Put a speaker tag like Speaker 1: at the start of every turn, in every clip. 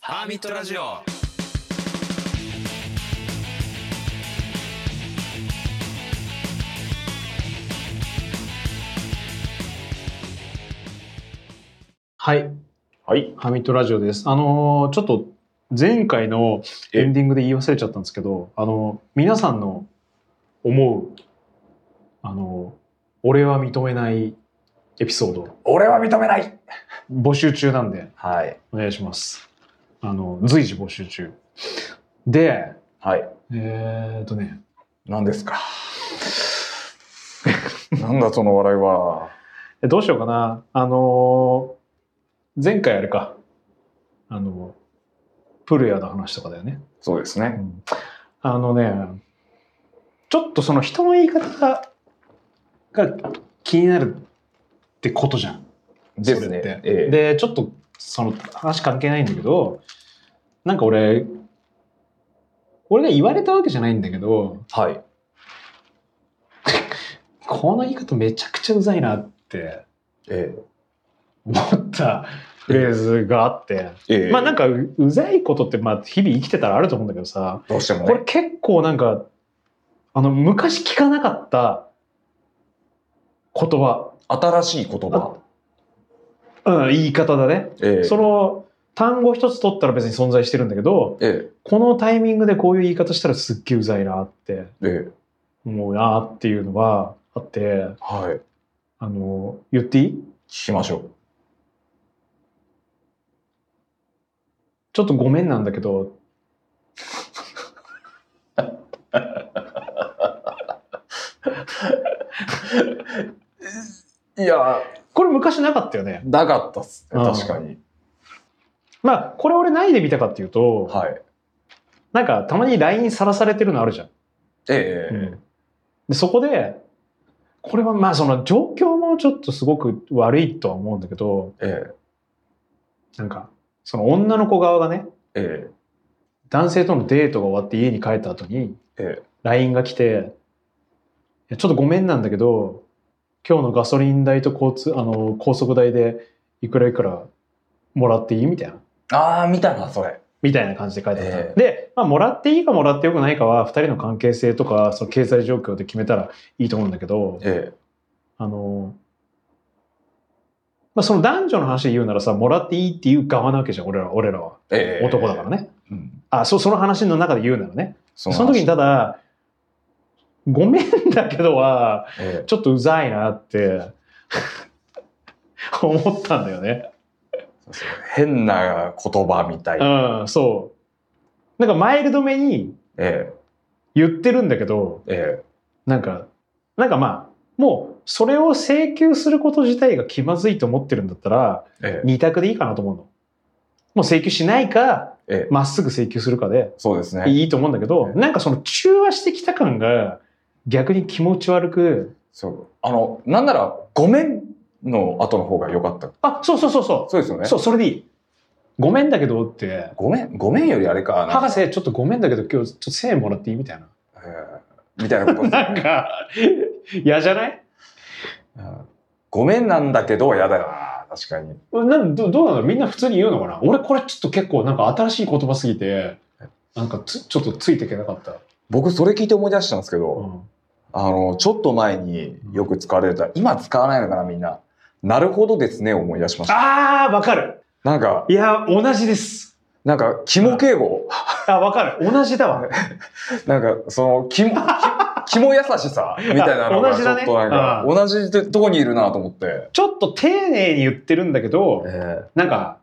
Speaker 1: ハーミットラジオ
Speaker 2: はい、
Speaker 3: はい。
Speaker 2: ハミットラジオです。あのーちょっと前回のエンディングで言い忘れちゃったんですけど、あのー皆さんの思う、あのー俺は認めないエピソード、
Speaker 3: 俺は認めない
Speaker 2: 募集中なんで、
Speaker 3: はい。
Speaker 2: お願いします。あのー随時募集中。で、
Speaker 3: はい。
Speaker 2: えー、っとね、
Speaker 3: 何ですか なんだその笑いは。
Speaker 2: えどうしようかな。あのー前回あれか、あのープレイヤーの話とかだよね。
Speaker 3: そうですね。
Speaker 2: あのね、ちょっとその人の言い方がが気になるってことじゃん。
Speaker 3: です
Speaker 2: それって
Speaker 3: ね。ええ
Speaker 2: で、ちょっとその話関係ないんだけど、なんか俺、俺が言われたわけじゃないんだけど、
Speaker 3: はい。
Speaker 2: この言い方めちゃくちゃうざいなって
Speaker 3: え
Speaker 2: 思ったフレーズがあって、
Speaker 3: えええ
Speaker 2: まあなんかううざいことってまあ日々生きてたらあると思うんだけどさ、
Speaker 3: どうしても
Speaker 2: これ
Speaker 3: ね。
Speaker 2: 結構なんか、あの、昔聞かなかった言葉、
Speaker 3: 新しい言葉。
Speaker 2: うん、言い方だね。
Speaker 3: ええ
Speaker 2: その単語一つ取ったら別に存在してるんだけど、
Speaker 3: え
Speaker 2: このタイミングでこういう言い方したらすっげえうざいなって
Speaker 3: えええ
Speaker 2: 思うなっていうのはあって、
Speaker 3: はい。聞
Speaker 2: あの、言っていい
Speaker 3: きましょう。
Speaker 2: ちょっとごめんなんだけど、
Speaker 3: いや、
Speaker 2: これ昔なかったよね。
Speaker 3: なかったっすね。
Speaker 2: うん
Speaker 3: 確かに。
Speaker 2: まあ、これ俺ないで見たかっていうと、
Speaker 3: はい。
Speaker 2: なんかたまに LINE にさらされてるのあるじゃん。
Speaker 3: ええ
Speaker 2: でそこでこれはまあその状況もちょっとすごく悪いとは思うんだけど
Speaker 3: え
Speaker 2: なんかその女の子側がね
Speaker 3: ええ
Speaker 2: 男性とのデートが終わって家に帰った後に
Speaker 3: ええ
Speaker 2: LINE が来て「いやちょっとごめんなんだけど今日のガソリン代と交通あの高速代でいくらいくらもらっていい?」みたいな。
Speaker 3: ああ、見たな、それ。
Speaker 2: みたいな感じで書いてあった。
Speaker 3: ええ
Speaker 2: で、まあ、もらっていいかもらってよくないかは、二人の関係性とか、その経済状況で決めたらいいと思うんだけど、
Speaker 3: え
Speaker 2: あの、まあ、その男女の話で言うならさ、もらっていいっていう側なわけじゃん、俺らは俺らは。
Speaker 3: えええ
Speaker 2: 男だから。ね。
Speaker 3: うん。
Speaker 2: あ、そう、その話の中で言うならね。
Speaker 3: そ
Speaker 2: その時に
Speaker 3: だ、
Speaker 2: ただ、ごめんだけどは、
Speaker 3: ええ
Speaker 2: ちょっとうざいなって、 思ったんだよね。
Speaker 3: そうそう変な言葉みたい。
Speaker 2: うん、そう。なんかマイルドめに
Speaker 3: え
Speaker 2: 言ってるんだけど、
Speaker 3: えええ
Speaker 2: なんか、なんかまあ、もう、それを請求すること自体が気まずいと思ってるんだったら、
Speaker 3: ええ
Speaker 2: 二択でいいかなと思うの。もう請求しないか、
Speaker 3: ええ
Speaker 2: まっすぐ請求するかで
Speaker 3: そうですね。
Speaker 2: いいと思うんだけど、
Speaker 3: ええ
Speaker 2: なんかその中和してきた感が逆に気持ち悪く、
Speaker 3: そう。あの、なんなら、ごめんの後の方が良かった。
Speaker 2: あ、そうそうそうそ
Speaker 3: そうですよ
Speaker 2: う、
Speaker 3: ね。
Speaker 2: そう、それでいい。ごめんだけどって、
Speaker 3: ごめん、ごめんよりあれか。なんか
Speaker 2: 博士、ちょっとごめんだけど今日ちょっと1000円もらっていいみたいな。
Speaker 3: えーみたいなことです
Speaker 2: な
Speaker 3: よ
Speaker 2: ん
Speaker 3: ね。
Speaker 2: か、嫌じゃない
Speaker 3: うんごめんなんだけど、やだよな。確かに。
Speaker 2: なんどどうなのみんな普通に言うのかな俺これちょっと結構なんか新しい言葉すぎて、なんかつちょっとついていけなかった。
Speaker 3: 僕、それ聞いて思い出したんですけ
Speaker 2: う
Speaker 3: ど、
Speaker 2: ん
Speaker 3: あの、ちょっと前によく使われてた、今使わないのかな、みんな。なるほどですね、思い出しました。
Speaker 2: あー、わかる。
Speaker 3: なんか、
Speaker 2: いや、同じです。
Speaker 3: なんか、肝敬語。
Speaker 2: あ、わかる。同じだわ。
Speaker 3: なんか、その、肝、き肝優しさみたいなの
Speaker 2: あ
Speaker 3: が、
Speaker 2: 同
Speaker 3: ち
Speaker 2: じ
Speaker 3: ょ
Speaker 2: だ
Speaker 3: っ
Speaker 2: ね
Speaker 3: となんか、同じとこにいるなと思って。
Speaker 2: ちょっと丁寧に言ってるんだけど
Speaker 3: え、ー
Speaker 2: なんか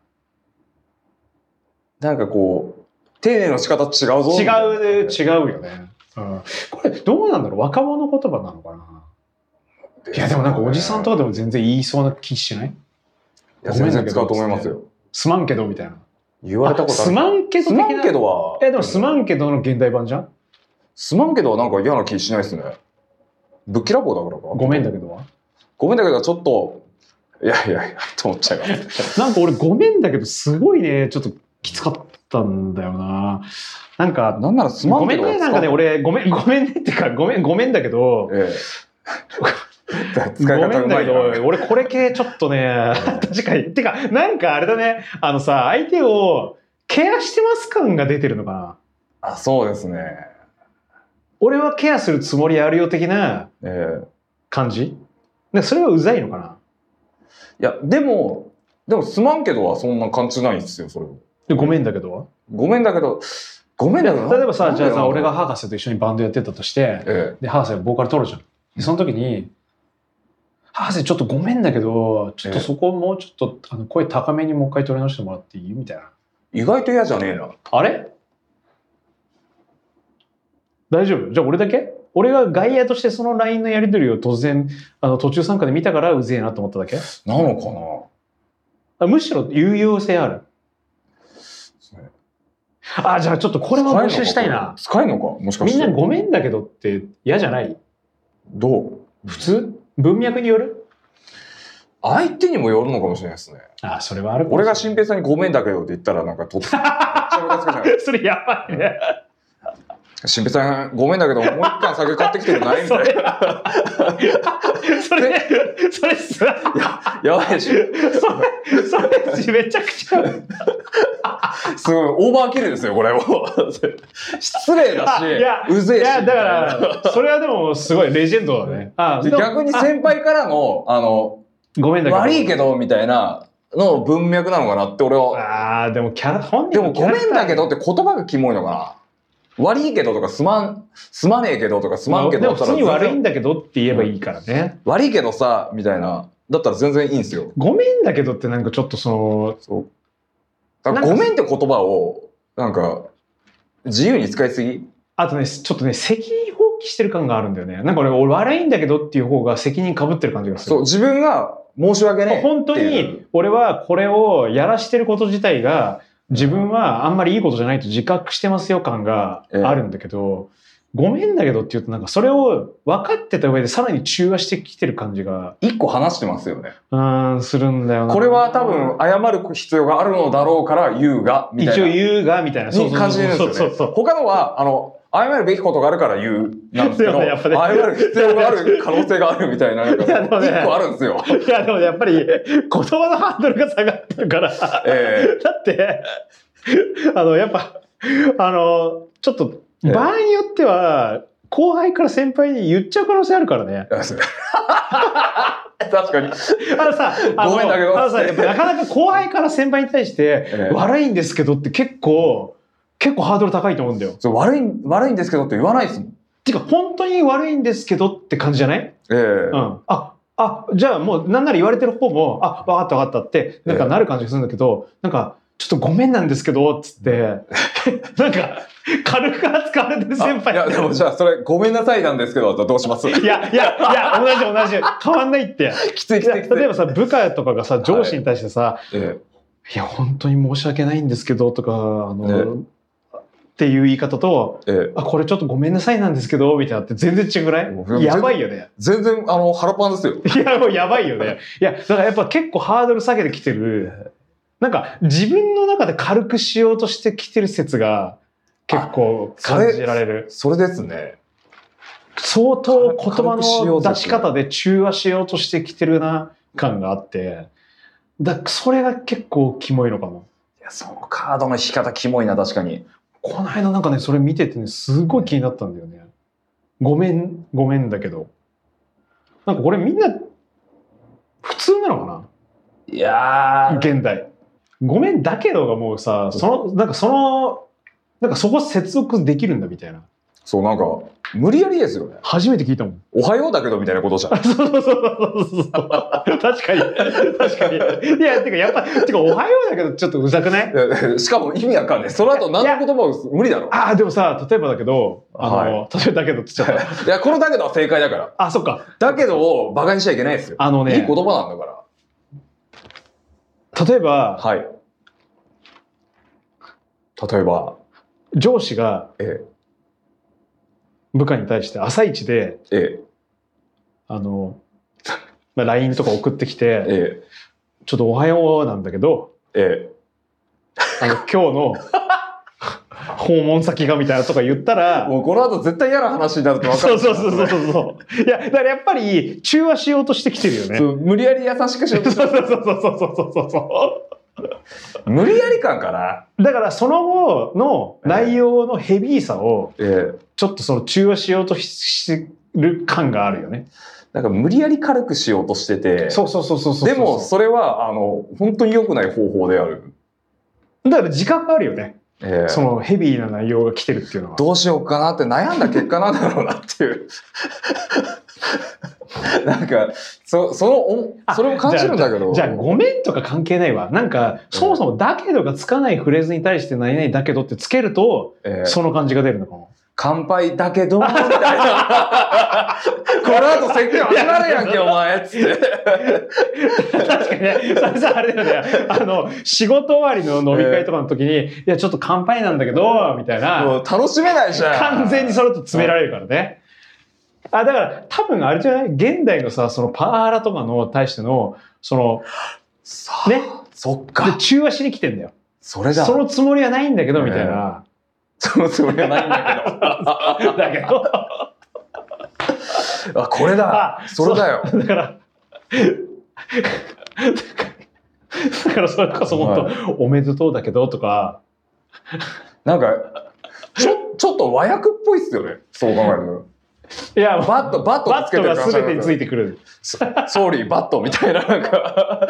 Speaker 3: なんかこう、丁寧の仕方違うぞ。みた
Speaker 2: 違
Speaker 3: いな
Speaker 2: う、違うよね。うん、これどうなんだろう若者言葉なのかないやでもなんかおじさんとかでも全然言いそうな気しない
Speaker 3: いや全然使うと思いますよ。
Speaker 2: すまんけどみたいな。
Speaker 3: 言われたことあ
Speaker 2: あ
Speaker 3: る。
Speaker 2: すまんけど
Speaker 3: す
Speaker 2: 的な
Speaker 3: まんけどは。
Speaker 2: え、でもすまんけどの現代版じゃん
Speaker 3: すまんけどはなんか嫌な気しないですね。ぶっきらぼうだからか。
Speaker 2: ごめんだけどは。
Speaker 3: ごめんだけど、ちょっと、いやいやいや、と思っちゃいます。
Speaker 2: なんか俺ごめんだけどすごいね、ちょっときつかったんだよな。なんか、
Speaker 3: なんならすま
Speaker 2: ご
Speaker 3: ん
Speaker 2: め
Speaker 3: け
Speaker 2: ん
Speaker 3: どは
Speaker 2: ね、なんかね、俺、ごめん、ごめんねってか、ごめん、ごめんだけど、
Speaker 3: ええだ使い
Speaker 2: ご
Speaker 3: 方
Speaker 2: めん
Speaker 3: うま
Speaker 2: だけ
Speaker 3: いな。
Speaker 2: ど、俺 これ系ちょっとね、確かに。てか、なんかあれだね、あのさ、相手をケアしてます感が出てるのかな
Speaker 3: あ、そうですね。
Speaker 2: 俺はケアするつもりあるよ的な
Speaker 3: えー
Speaker 2: 感じでそれはうざいのかない
Speaker 3: や、でも、でもすまんけどはそんな感じないですよ、それを。
Speaker 2: でごめんだけどは
Speaker 3: ごめんだけど、ごめんだけど。
Speaker 2: 例えばさじゃあさ俺が
Speaker 3: は、
Speaker 2: 博士と一緒にバンドやってたとして
Speaker 3: え
Speaker 2: で博士がボーカル取るじゃんでその時に「博士ちょっとごめんだけどちょっとそこもうちょっとあの声高めにもう一回取り直してもらっていい?」みたいな
Speaker 3: え意外と嫌じゃねえな。
Speaker 2: あれ大丈夫じゃあ俺だけ俺が外野としてその LINE のやり取りを突然あの途中参加で見たからうぜえなと思っただけ
Speaker 3: なのかな
Speaker 2: あむしろ有用性ある
Speaker 3: それ
Speaker 2: あじゃあちょっとこれも募集したいな
Speaker 3: 使えんのかもしかし
Speaker 2: みん
Speaker 3: て。
Speaker 2: なごめんだけどって嫌じゃない
Speaker 3: どう
Speaker 2: 普通文脈による
Speaker 3: 相手にもよるのかもしれないですね。
Speaker 2: あそれはある
Speaker 3: 俺が新平さんにごめんだけどって言ったらなん かとっめっちゃムカつくじゃない
Speaker 2: それやばいね
Speaker 3: 新平さんごめんだけどもう一貫酒買ってきてくれないみ
Speaker 2: そ
Speaker 3: たい
Speaker 2: れそれそれそれ
Speaker 3: な。やばいし。
Speaker 2: それそれめちゃくちゃ
Speaker 3: すごいオーバーキルですよこれを。 失礼だ
Speaker 2: あいや
Speaker 3: し、うぜえ
Speaker 2: い
Speaker 3: し。
Speaker 2: やだからそれはでもすごいレジェンドだねあ
Speaker 3: みたいな。で逆に
Speaker 2: あ
Speaker 3: 先輩からのあの
Speaker 2: ごめんだけど
Speaker 3: 悪いけどみたいなの文脈なのかなって俺は。
Speaker 2: あーでもキャラ本
Speaker 3: で
Speaker 2: 人
Speaker 3: も
Speaker 2: のキ
Speaker 3: ご
Speaker 2: ャラ
Speaker 3: めんだけどって言葉がキモいのかな。悪いけどとかすまん、すまねえけどとかすまんけど
Speaker 2: で
Speaker 3: だ
Speaker 2: も
Speaker 3: った
Speaker 2: 普
Speaker 3: ら
Speaker 2: 通に悪い
Speaker 3: 全然
Speaker 2: んだけどって言えばいいからね、
Speaker 3: 悪いけどさ、みたいな。だったら全然いいんですよ。
Speaker 2: ごめんだけどってなんかちょっとその
Speaker 3: そう。だから
Speaker 2: なん
Speaker 3: ご
Speaker 2: か
Speaker 3: めんって言葉を、なんか、自由に使いすぎ
Speaker 2: あとねちょっとね責任放棄してる感があるんだよねなんか俺俺悪いんだけどっていう方が責任かぶってる感じがす
Speaker 3: そう、
Speaker 2: る
Speaker 3: 自分が申し訳ねえっていう。
Speaker 2: 本当に俺はこれをやらしてること自体が自分はあんまりいいことじゃないと自覚してますよ感があるんだけど、ごめんだけどって言うとなんかそれを分かってた上でさらに中和してきてる感じが
Speaker 3: 一個話してますよね。
Speaker 2: うーんするんだよな
Speaker 3: これは多分謝る必要があるのだろうから言うが、み
Speaker 2: 一
Speaker 3: たい
Speaker 2: 応
Speaker 3: な。
Speaker 2: 言うがみたいな
Speaker 3: に感じるんですよね。
Speaker 2: そうそうそう
Speaker 3: 他のは、あの、謝るべきことがあるから言う、なんですけど、
Speaker 2: そうやっぱね
Speaker 3: 謝る必要がある可能性があるみたいな、なんか、
Speaker 2: いやでもね
Speaker 3: 一個あるんですよ。
Speaker 2: いやでもやっぱり言葉のハードルが下がってるから だ
Speaker 3: え
Speaker 2: ってあのやっぱあのちょっと
Speaker 3: ええ
Speaker 2: 場合によっては後輩から先輩に言っちゃう可能性あるからね。
Speaker 3: え確かに。
Speaker 2: あのさ、あの
Speaker 3: ごめんだけど
Speaker 2: あのさ、やっぱなかなか後輩から先輩に対して、
Speaker 3: ええ
Speaker 2: 悪いんですけどって結構、結構ハードル高いと思うんだよ。
Speaker 3: そう悪い、悪いんですけどって言わないですもん。
Speaker 2: てか、本当に悪いんですけどって感じじゃない
Speaker 3: ええ
Speaker 2: うん、ああじゃあもうなんなら言われてる方も「あ分かった分かった」ってなんかなる感じがするんだけど、なんか「ちょっとごめんなんですけど」っつって なんか軽く扱われてる先輩
Speaker 3: いや、でもじゃあ、それ、ごめんなさいなんですけど、だったらどうしますきつい
Speaker 2: いやいやいや同じ同じ変わんないって
Speaker 3: きつい
Speaker 2: い
Speaker 3: き
Speaker 2: や
Speaker 3: つい。
Speaker 2: 例えばさ部下とかがさ上司に対してさ「
Speaker 3: え
Speaker 2: い、や本当に申し訳ないんですけど」とかあの、
Speaker 3: ね
Speaker 2: っていう言い方と
Speaker 3: えええ
Speaker 2: 「あこれちょっとごめんなさいなんですけど」みたいなのって全然違くな
Speaker 3: もう
Speaker 2: いやばいよね。
Speaker 3: 全然、あの、腹パンですよ。
Speaker 2: いや、もうやばいよね。いや、だからやっぱ結構ハードル下げてきてる。なんか自分の中で軽くしようとしてきてる説が結構感じられる。
Speaker 3: それですね。
Speaker 2: 相当言葉
Speaker 3: 軽くしよ
Speaker 2: の
Speaker 3: うと
Speaker 2: 出
Speaker 3: す
Speaker 2: し
Speaker 3: る
Speaker 2: 方で中和しようとしてきてるな感があって。だそれが結構キモいのかも。
Speaker 3: いや、そのカードの引き方、キモいな、確かに。
Speaker 2: この間なんかね、それ見ててね、すごい気になったんだよね。ごめん、ごめんだけど。なんかこれみんな普通なのかない
Speaker 3: やー、
Speaker 2: 現代ごめんだけどがもうさそのなんかそのなんかそこ接続できるんだみたいな
Speaker 3: そう、なんか、無理やりですよね。
Speaker 2: 初めて聞いたもん
Speaker 3: おはようだけどみたいなことじゃん。
Speaker 2: そうそうそうそうそう確かに確かにいやてかやっぱてか「おはよう」だけどちょっとうざくない
Speaker 3: いやしかも意味わかんねえ。その後何の言葉を無理だろ。
Speaker 2: ああでもさ例えばだけどあの、例えばだけどっつっちゃった
Speaker 3: いや、このだけどは正解だから。
Speaker 2: あそっか
Speaker 3: だけどを馬鹿にしちゃいけないですよ。
Speaker 2: あの
Speaker 3: いい
Speaker 2: ね
Speaker 3: 言葉なんだから。
Speaker 2: 例えば
Speaker 3: はい。例えば、
Speaker 2: 上司が
Speaker 3: え
Speaker 2: 部下に対して朝一で
Speaker 3: え、え
Speaker 2: あの、まあ、LINE とか送ってき
Speaker 3: え、
Speaker 2: て
Speaker 3: え
Speaker 2: 「ちょっとおはよう」なんだけど
Speaker 3: え、え
Speaker 2: あの今日の訪問先がみたいなとか言った
Speaker 3: え。
Speaker 2: ら、
Speaker 3: もうこの後絶対嫌な話になるってわか
Speaker 2: そう
Speaker 3: る。
Speaker 2: そうそうそうそうそう。いや、だからやっぱり中和しようとしてきてるよね。
Speaker 3: そう無理やり優しくしようと
Speaker 2: そうそうそうそうそうそうそう。
Speaker 3: 無理やり感かな。
Speaker 2: だからその後の内容のヘビーさを
Speaker 3: ええ
Speaker 2: ちょっとその中和しようとししてる感があるよね。
Speaker 3: なんか無理やり軽くしようとしてて。
Speaker 2: そうそうそうそうそうそう。
Speaker 3: でも、それは、あの、本当に良くない方法である。
Speaker 2: だから自覚あるよね。
Speaker 3: ええ
Speaker 2: そのヘビーな内容が来てるっていうのは。
Speaker 3: どうしようかなって悩んだ結果なんだろうなっていう。 なんか、そ、そのお、それを感じるんだけど。
Speaker 2: じゃあ、じゃあごめんとか関係ないわ。なんか、そもそもだけどがつかないフレーズに対して何々だけどってつけると、
Speaker 3: ええ
Speaker 2: その感じが出るのかも。
Speaker 3: 乾杯だけど、みたいな。この後説教始まるやんけ、お前っつって。
Speaker 2: 確かにね、それさ、あれだよね。あの、仕事終わりの飲み会とかの時に、いや、ちょっと乾杯なんだけど、みたいな。
Speaker 3: もう楽しめないじゃん。
Speaker 2: 完全にそれだと詰められるからね。あ、だから、多分あれじゃない現代のさ、そのパワハラとかの対しての、その、
Speaker 3: さあ
Speaker 2: ね
Speaker 3: そっ
Speaker 2: で
Speaker 3: か。
Speaker 2: 中和しに来てんだよ。
Speaker 3: それだ。
Speaker 2: そのつもりはないんだけど、みたいな。
Speaker 3: そのつもりはないんだ
Speaker 2: だけど、
Speaker 3: け ど。あ、これだ。
Speaker 2: あ
Speaker 3: それだよ。
Speaker 2: だから、 だからそれこそ本当、
Speaker 3: は
Speaker 2: おめでとうだけどとか、
Speaker 3: なんか、ちょ、ちょっと和訳っぽいっすよね。そう考える
Speaker 2: いや、
Speaker 3: と。バット、バット
Speaker 2: バ
Speaker 3: つ
Speaker 2: ッ
Speaker 3: け
Speaker 2: ト
Speaker 3: てる
Speaker 2: が
Speaker 3: 感じ
Speaker 2: 全てにつ
Speaker 3: て。
Speaker 2: いてくる。
Speaker 3: ソーリー、バットみたいな、なんか。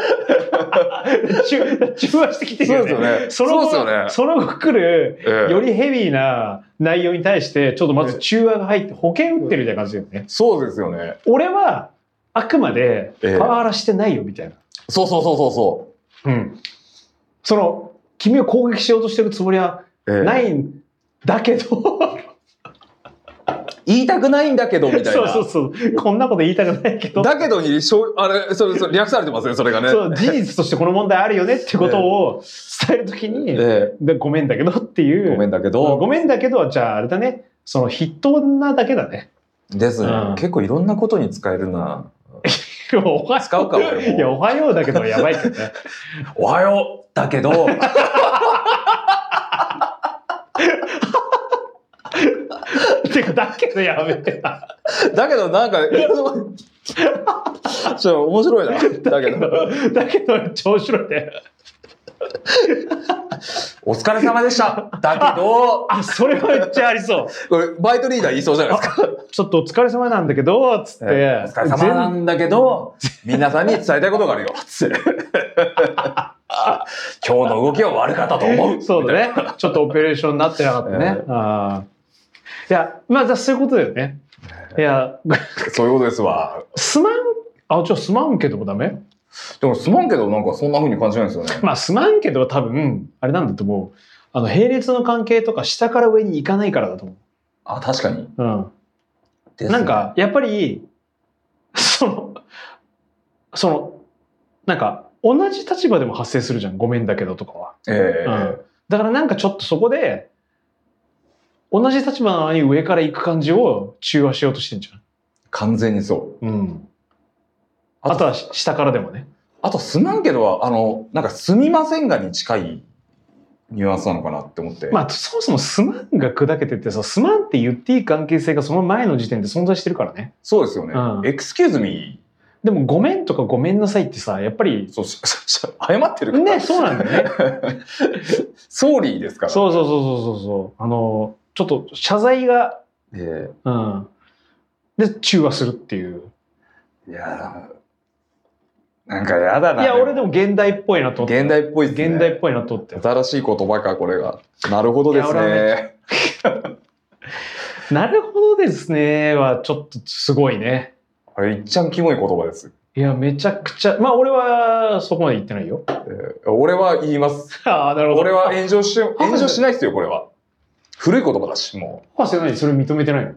Speaker 2: 中中和してきてるよね。
Speaker 3: そうですよね
Speaker 2: その後、
Speaker 3: そうですよね
Speaker 2: その後来る、
Speaker 3: ええ
Speaker 2: よりヘビーな内容に対して、ちょっとまず中和が入って保険打ってるみたいな感じだよね。
Speaker 3: そうですよね。
Speaker 2: 俺は、あくまでパ
Speaker 3: ええ
Speaker 2: ワハラしてないよ、みたいな。
Speaker 3: そうそうそうそうそ
Speaker 2: うん。その、君を攻撃しようとしてるつもりは
Speaker 3: う。ええ
Speaker 2: ないんだけど、
Speaker 3: 言いたくないんだけど、みたいな。
Speaker 2: そうそうそう。こんなこと言いたくないけど。
Speaker 3: だけどに、しょあれ、それ、それ、略されてますね、それがね。
Speaker 2: そう事実としてこの問題あるよねってことを伝えるときに、
Speaker 3: え
Speaker 2: でごめんだけどってい
Speaker 3: え
Speaker 2: う。
Speaker 3: ごめんだけ
Speaker 2: うん
Speaker 3: ど、
Speaker 2: ごめんだけど、じゃああれだね。その筆頭なだけだね。
Speaker 3: ですね、
Speaker 2: うん
Speaker 3: 結構いろんなことに使えるな。
Speaker 2: おはよ
Speaker 3: 使うか俺も
Speaker 2: いや、おはようだけどやばいけ どね。
Speaker 3: おはようだけ ど、
Speaker 2: てか、だけどやめてな。
Speaker 3: だけどなんか、いつもちょ、面白いな。だけ ど、
Speaker 2: だけど、調子乗って。
Speaker 3: お疲れ様でした。だけど、
Speaker 2: あ、それはめっちゃありそう。
Speaker 3: これ、バイトリーダー言いそうじゃないですか。
Speaker 2: ちょっとお疲れ様なんだけど、つって。
Speaker 3: お疲れ様なんだけど、皆さんに伝えたいことがあるよ。 つって今日の動きは悪かったと思う。
Speaker 2: そうだね。ちょっとオペレーションになってなかったね。あーいや、まあ、じゃあそういうことだよね。いや、
Speaker 3: そういうことですわ。
Speaker 2: すまん、あ、ちょ、すまんけどもダメ
Speaker 3: でもすまんけど、なんかそんな風に感じないんですよね。
Speaker 2: まあ、すまんけどは多分、あれなんだと思う。あの、並列の関係とか下から上に行かないからだと思
Speaker 3: あ、確かに。
Speaker 2: う。うん。
Speaker 3: ですね
Speaker 2: なん、か、やっぱり、その、その、なんか、同じ立場でも発生するじゃん。ごめんだけどとかは。
Speaker 3: ええ
Speaker 2: うんだからなんかちょっとそこで同じ立場なのに上から行く感じを中和しようとしてんじ
Speaker 3: 完全にそう。
Speaker 2: ゃん。うん、
Speaker 3: あと
Speaker 2: あとはし下からでもね。
Speaker 3: あと、すまんけどは、あの、なんか、すみませんがに近いニュアンスなのかなって思って。
Speaker 2: まあそもそもすまんが砕けてってさすまんって言っていい関係性がその前の時点で存在してるからね。
Speaker 3: そうですよね。
Speaker 2: うん
Speaker 3: エクスキューズミ
Speaker 2: でもごめんとかごめんなさいってさやっぱり
Speaker 3: ー。そう、ししし謝ってるから。
Speaker 2: ねそうなんだよね。
Speaker 3: ソーリーですから。
Speaker 2: そうそうそうそうそうそうあのちょっと謝罪が、
Speaker 3: え
Speaker 2: うん、で中和するっていう。
Speaker 3: えいやーなんかやだ
Speaker 2: い
Speaker 3: な。
Speaker 2: や俺でも現代っぽいなと思って。
Speaker 3: 現代っぽいですね。
Speaker 2: 現代っぽいなと思って。
Speaker 3: 新しい言葉か、これが。なるほどです
Speaker 2: いや俺は
Speaker 3: ね。
Speaker 2: なるほどですねはちょっとすごいね。
Speaker 3: あれ、いっちゃんキモい言葉です。
Speaker 2: いや、めちゃくちゃ、まあ俺はそこまで言ってないよ。
Speaker 3: ええ俺は言います。
Speaker 2: ああ、なる
Speaker 3: 俺は炎上し よう
Speaker 2: あ
Speaker 3: 炎上しないですよこれは古い言葉だしも
Speaker 2: 博士は何それ認めてないの
Speaker 3: う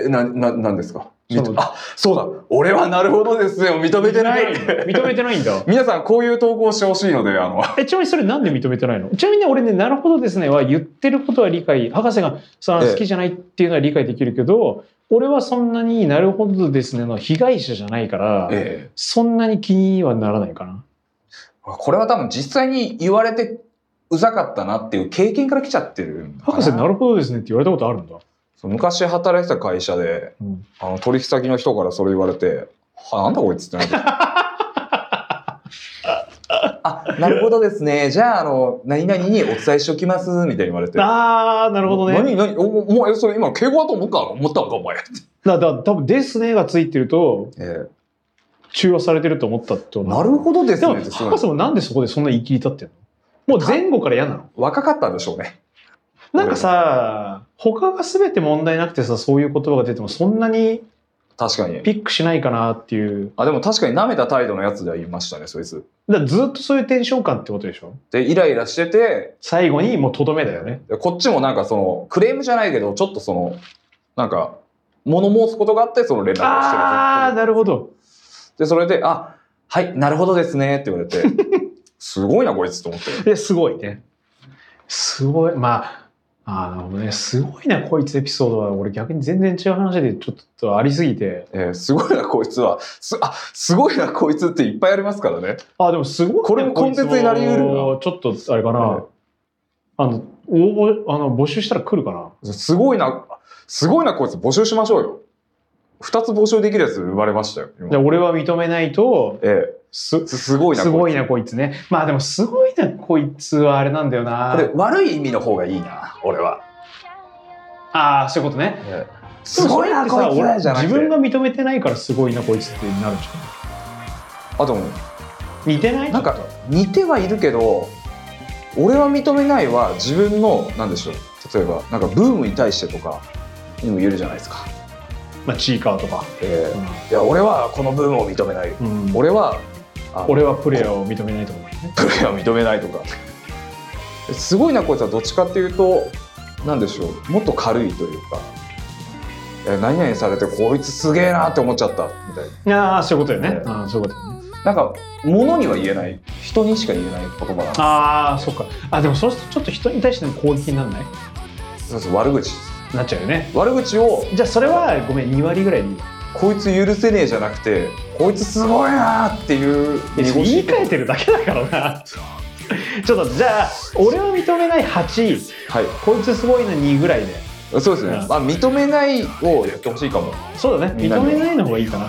Speaker 3: えなななんですか
Speaker 2: そう
Speaker 3: 認めあそうだ俺はなるほどですよ認めてない
Speaker 2: 認めてないんだ。
Speaker 3: 皆さんこういう投稿をしてほしいのであ の
Speaker 2: え、ちなみにそれなんで認めてないのちなみに俺ね、なるほどですねは言ってることは理解、博士がその
Speaker 3: ええ
Speaker 2: 好きじゃないっていうのは理解できるけど、俺はそんなになるほどですねの被害者じゃないから、
Speaker 3: ええ
Speaker 2: そんなに気にはならないかな。
Speaker 3: これは多分実際に言われてうざかったなっていう経験から来ちゃってるのか
Speaker 2: 博士、なるほどですねって言われたことあるんだ。
Speaker 3: そう昔働いてた会社で
Speaker 2: うん
Speaker 3: あの取引先の人からそれ言われて「はなんだこいつ」ってなって あなるほどですね。じゃあ、あの、何々にお伝えしておきます、みたいに言われて。
Speaker 2: あー、なるほどね。
Speaker 3: 何何おお前、それ今、敬語だと思うか思ったのか、お前。
Speaker 2: だだ多分ですねがついてると、
Speaker 3: ええ
Speaker 2: 中和されてると思ったってこと
Speaker 3: なるほどです
Speaker 2: でも、
Speaker 3: ねってすご
Speaker 2: 博
Speaker 3: い。
Speaker 2: 士もなんでそこでそんな言い切り立ってるのもう前後から嫌なの
Speaker 3: 若かったんでしょうね。
Speaker 2: なんかさ、他が全て問題なくてさ、そういう言葉が出てもそんなに
Speaker 3: 確かに。
Speaker 2: ピックしないかなっていう。
Speaker 3: あ、でも確かに舐めた態度のやつでは言いましたね、そいつ。
Speaker 2: だからずっとそういうテンション感ってことでしょ
Speaker 3: で、イライラしてて、
Speaker 2: 最後にもうとどめだよね。
Speaker 3: でこっちもなんかその、クレームじゃないけど、ちょっとその、なんか、物申すことがあって、その連絡をしてる。
Speaker 2: あー、なるほど。
Speaker 3: で、それで、あ、はい、なるほどですね、って言われて、 すごいな、こいつと思って。
Speaker 2: で、 すごいね。すごい。まあ、あーなるほどね。すごいな、こいつエピソードは。俺逆に全然違う話でちょっとありすぎて。
Speaker 3: えーすごいな、こいつは。す、あ、すごいな、こいつっていっぱいありますからね。
Speaker 2: あ、でもすごいね。
Speaker 3: これもコンテンツになり得るな
Speaker 2: こいつもちょっと、あれかな。
Speaker 3: はい
Speaker 2: あの、応募、あの、募集したら来るかな。
Speaker 3: すごいな、すごいな、こいつ募集しましょうよ。二つ募集できるやつ生まれましたよ。
Speaker 2: で
Speaker 3: 今
Speaker 2: 俺は認めないと、
Speaker 3: え
Speaker 2: す
Speaker 3: ー、、すすごいな、
Speaker 2: すごいな、
Speaker 3: こ
Speaker 2: こいつね。まあでも、すごいな、こいつはあれなんだよ
Speaker 3: いつ。こ
Speaker 2: な。
Speaker 3: れ、悪い意味の方がいいな、俺は。
Speaker 2: ああ、そういうことね。
Speaker 3: えーすごいな、
Speaker 2: で
Speaker 3: こ
Speaker 2: も
Speaker 3: い
Speaker 2: そ
Speaker 3: つ
Speaker 2: れってさ
Speaker 3: じゃなく
Speaker 2: 俺
Speaker 3: て。
Speaker 2: 自分が認めてないから、すごいな、こいつってなるじ
Speaker 3: あともう、
Speaker 2: ゃん。似てない
Speaker 3: なんか、似てはいるけど、俺は認めないは自分の、なんでしょう。例えば、なんかブームに対してとか、にも言えるじゃないですか。
Speaker 2: まあ、チーカーとか。
Speaker 3: えーいや、俺はこのブームを認めない。
Speaker 2: うん
Speaker 3: 俺は、あの
Speaker 2: 俺はプレイヤーを認めないと思うね。
Speaker 3: プレーは認めないとかすごいなこいつはどっちかっていうとなんでしょうもっと軽いというかえ何々されてこいつすげえなって思っちゃったみたい
Speaker 2: ああ、そういうことよね。
Speaker 3: ええ
Speaker 2: ああ、そういうことよね。
Speaker 3: ななんか物には言えない人にしか言えない言葉なんで
Speaker 2: ああ、そっか。あ、でも、そうすると、ちょっと人に対しての攻撃にならない
Speaker 3: すそうそう悪口
Speaker 2: なっちゃうよね。
Speaker 3: 悪口を
Speaker 2: じゃあ、それは、ごめん、2割ぐらいでいいよ。
Speaker 3: こいつ許せねえじゃなくてこいつすごいなっていう
Speaker 2: いや言い換え
Speaker 3: て
Speaker 2: てるだけだからなちょっとじゃあ俺を認めない8
Speaker 3: はい
Speaker 2: こいつすごいの2ぐらいで
Speaker 3: そうですね、
Speaker 2: うん
Speaker 3: まあ認めないをやってほしいかも
Speaker 2: そうだね
Speaker 3: みんな
Speaker 2: 認
Speaker 3: に
Speaker 2: めないの方がいいかな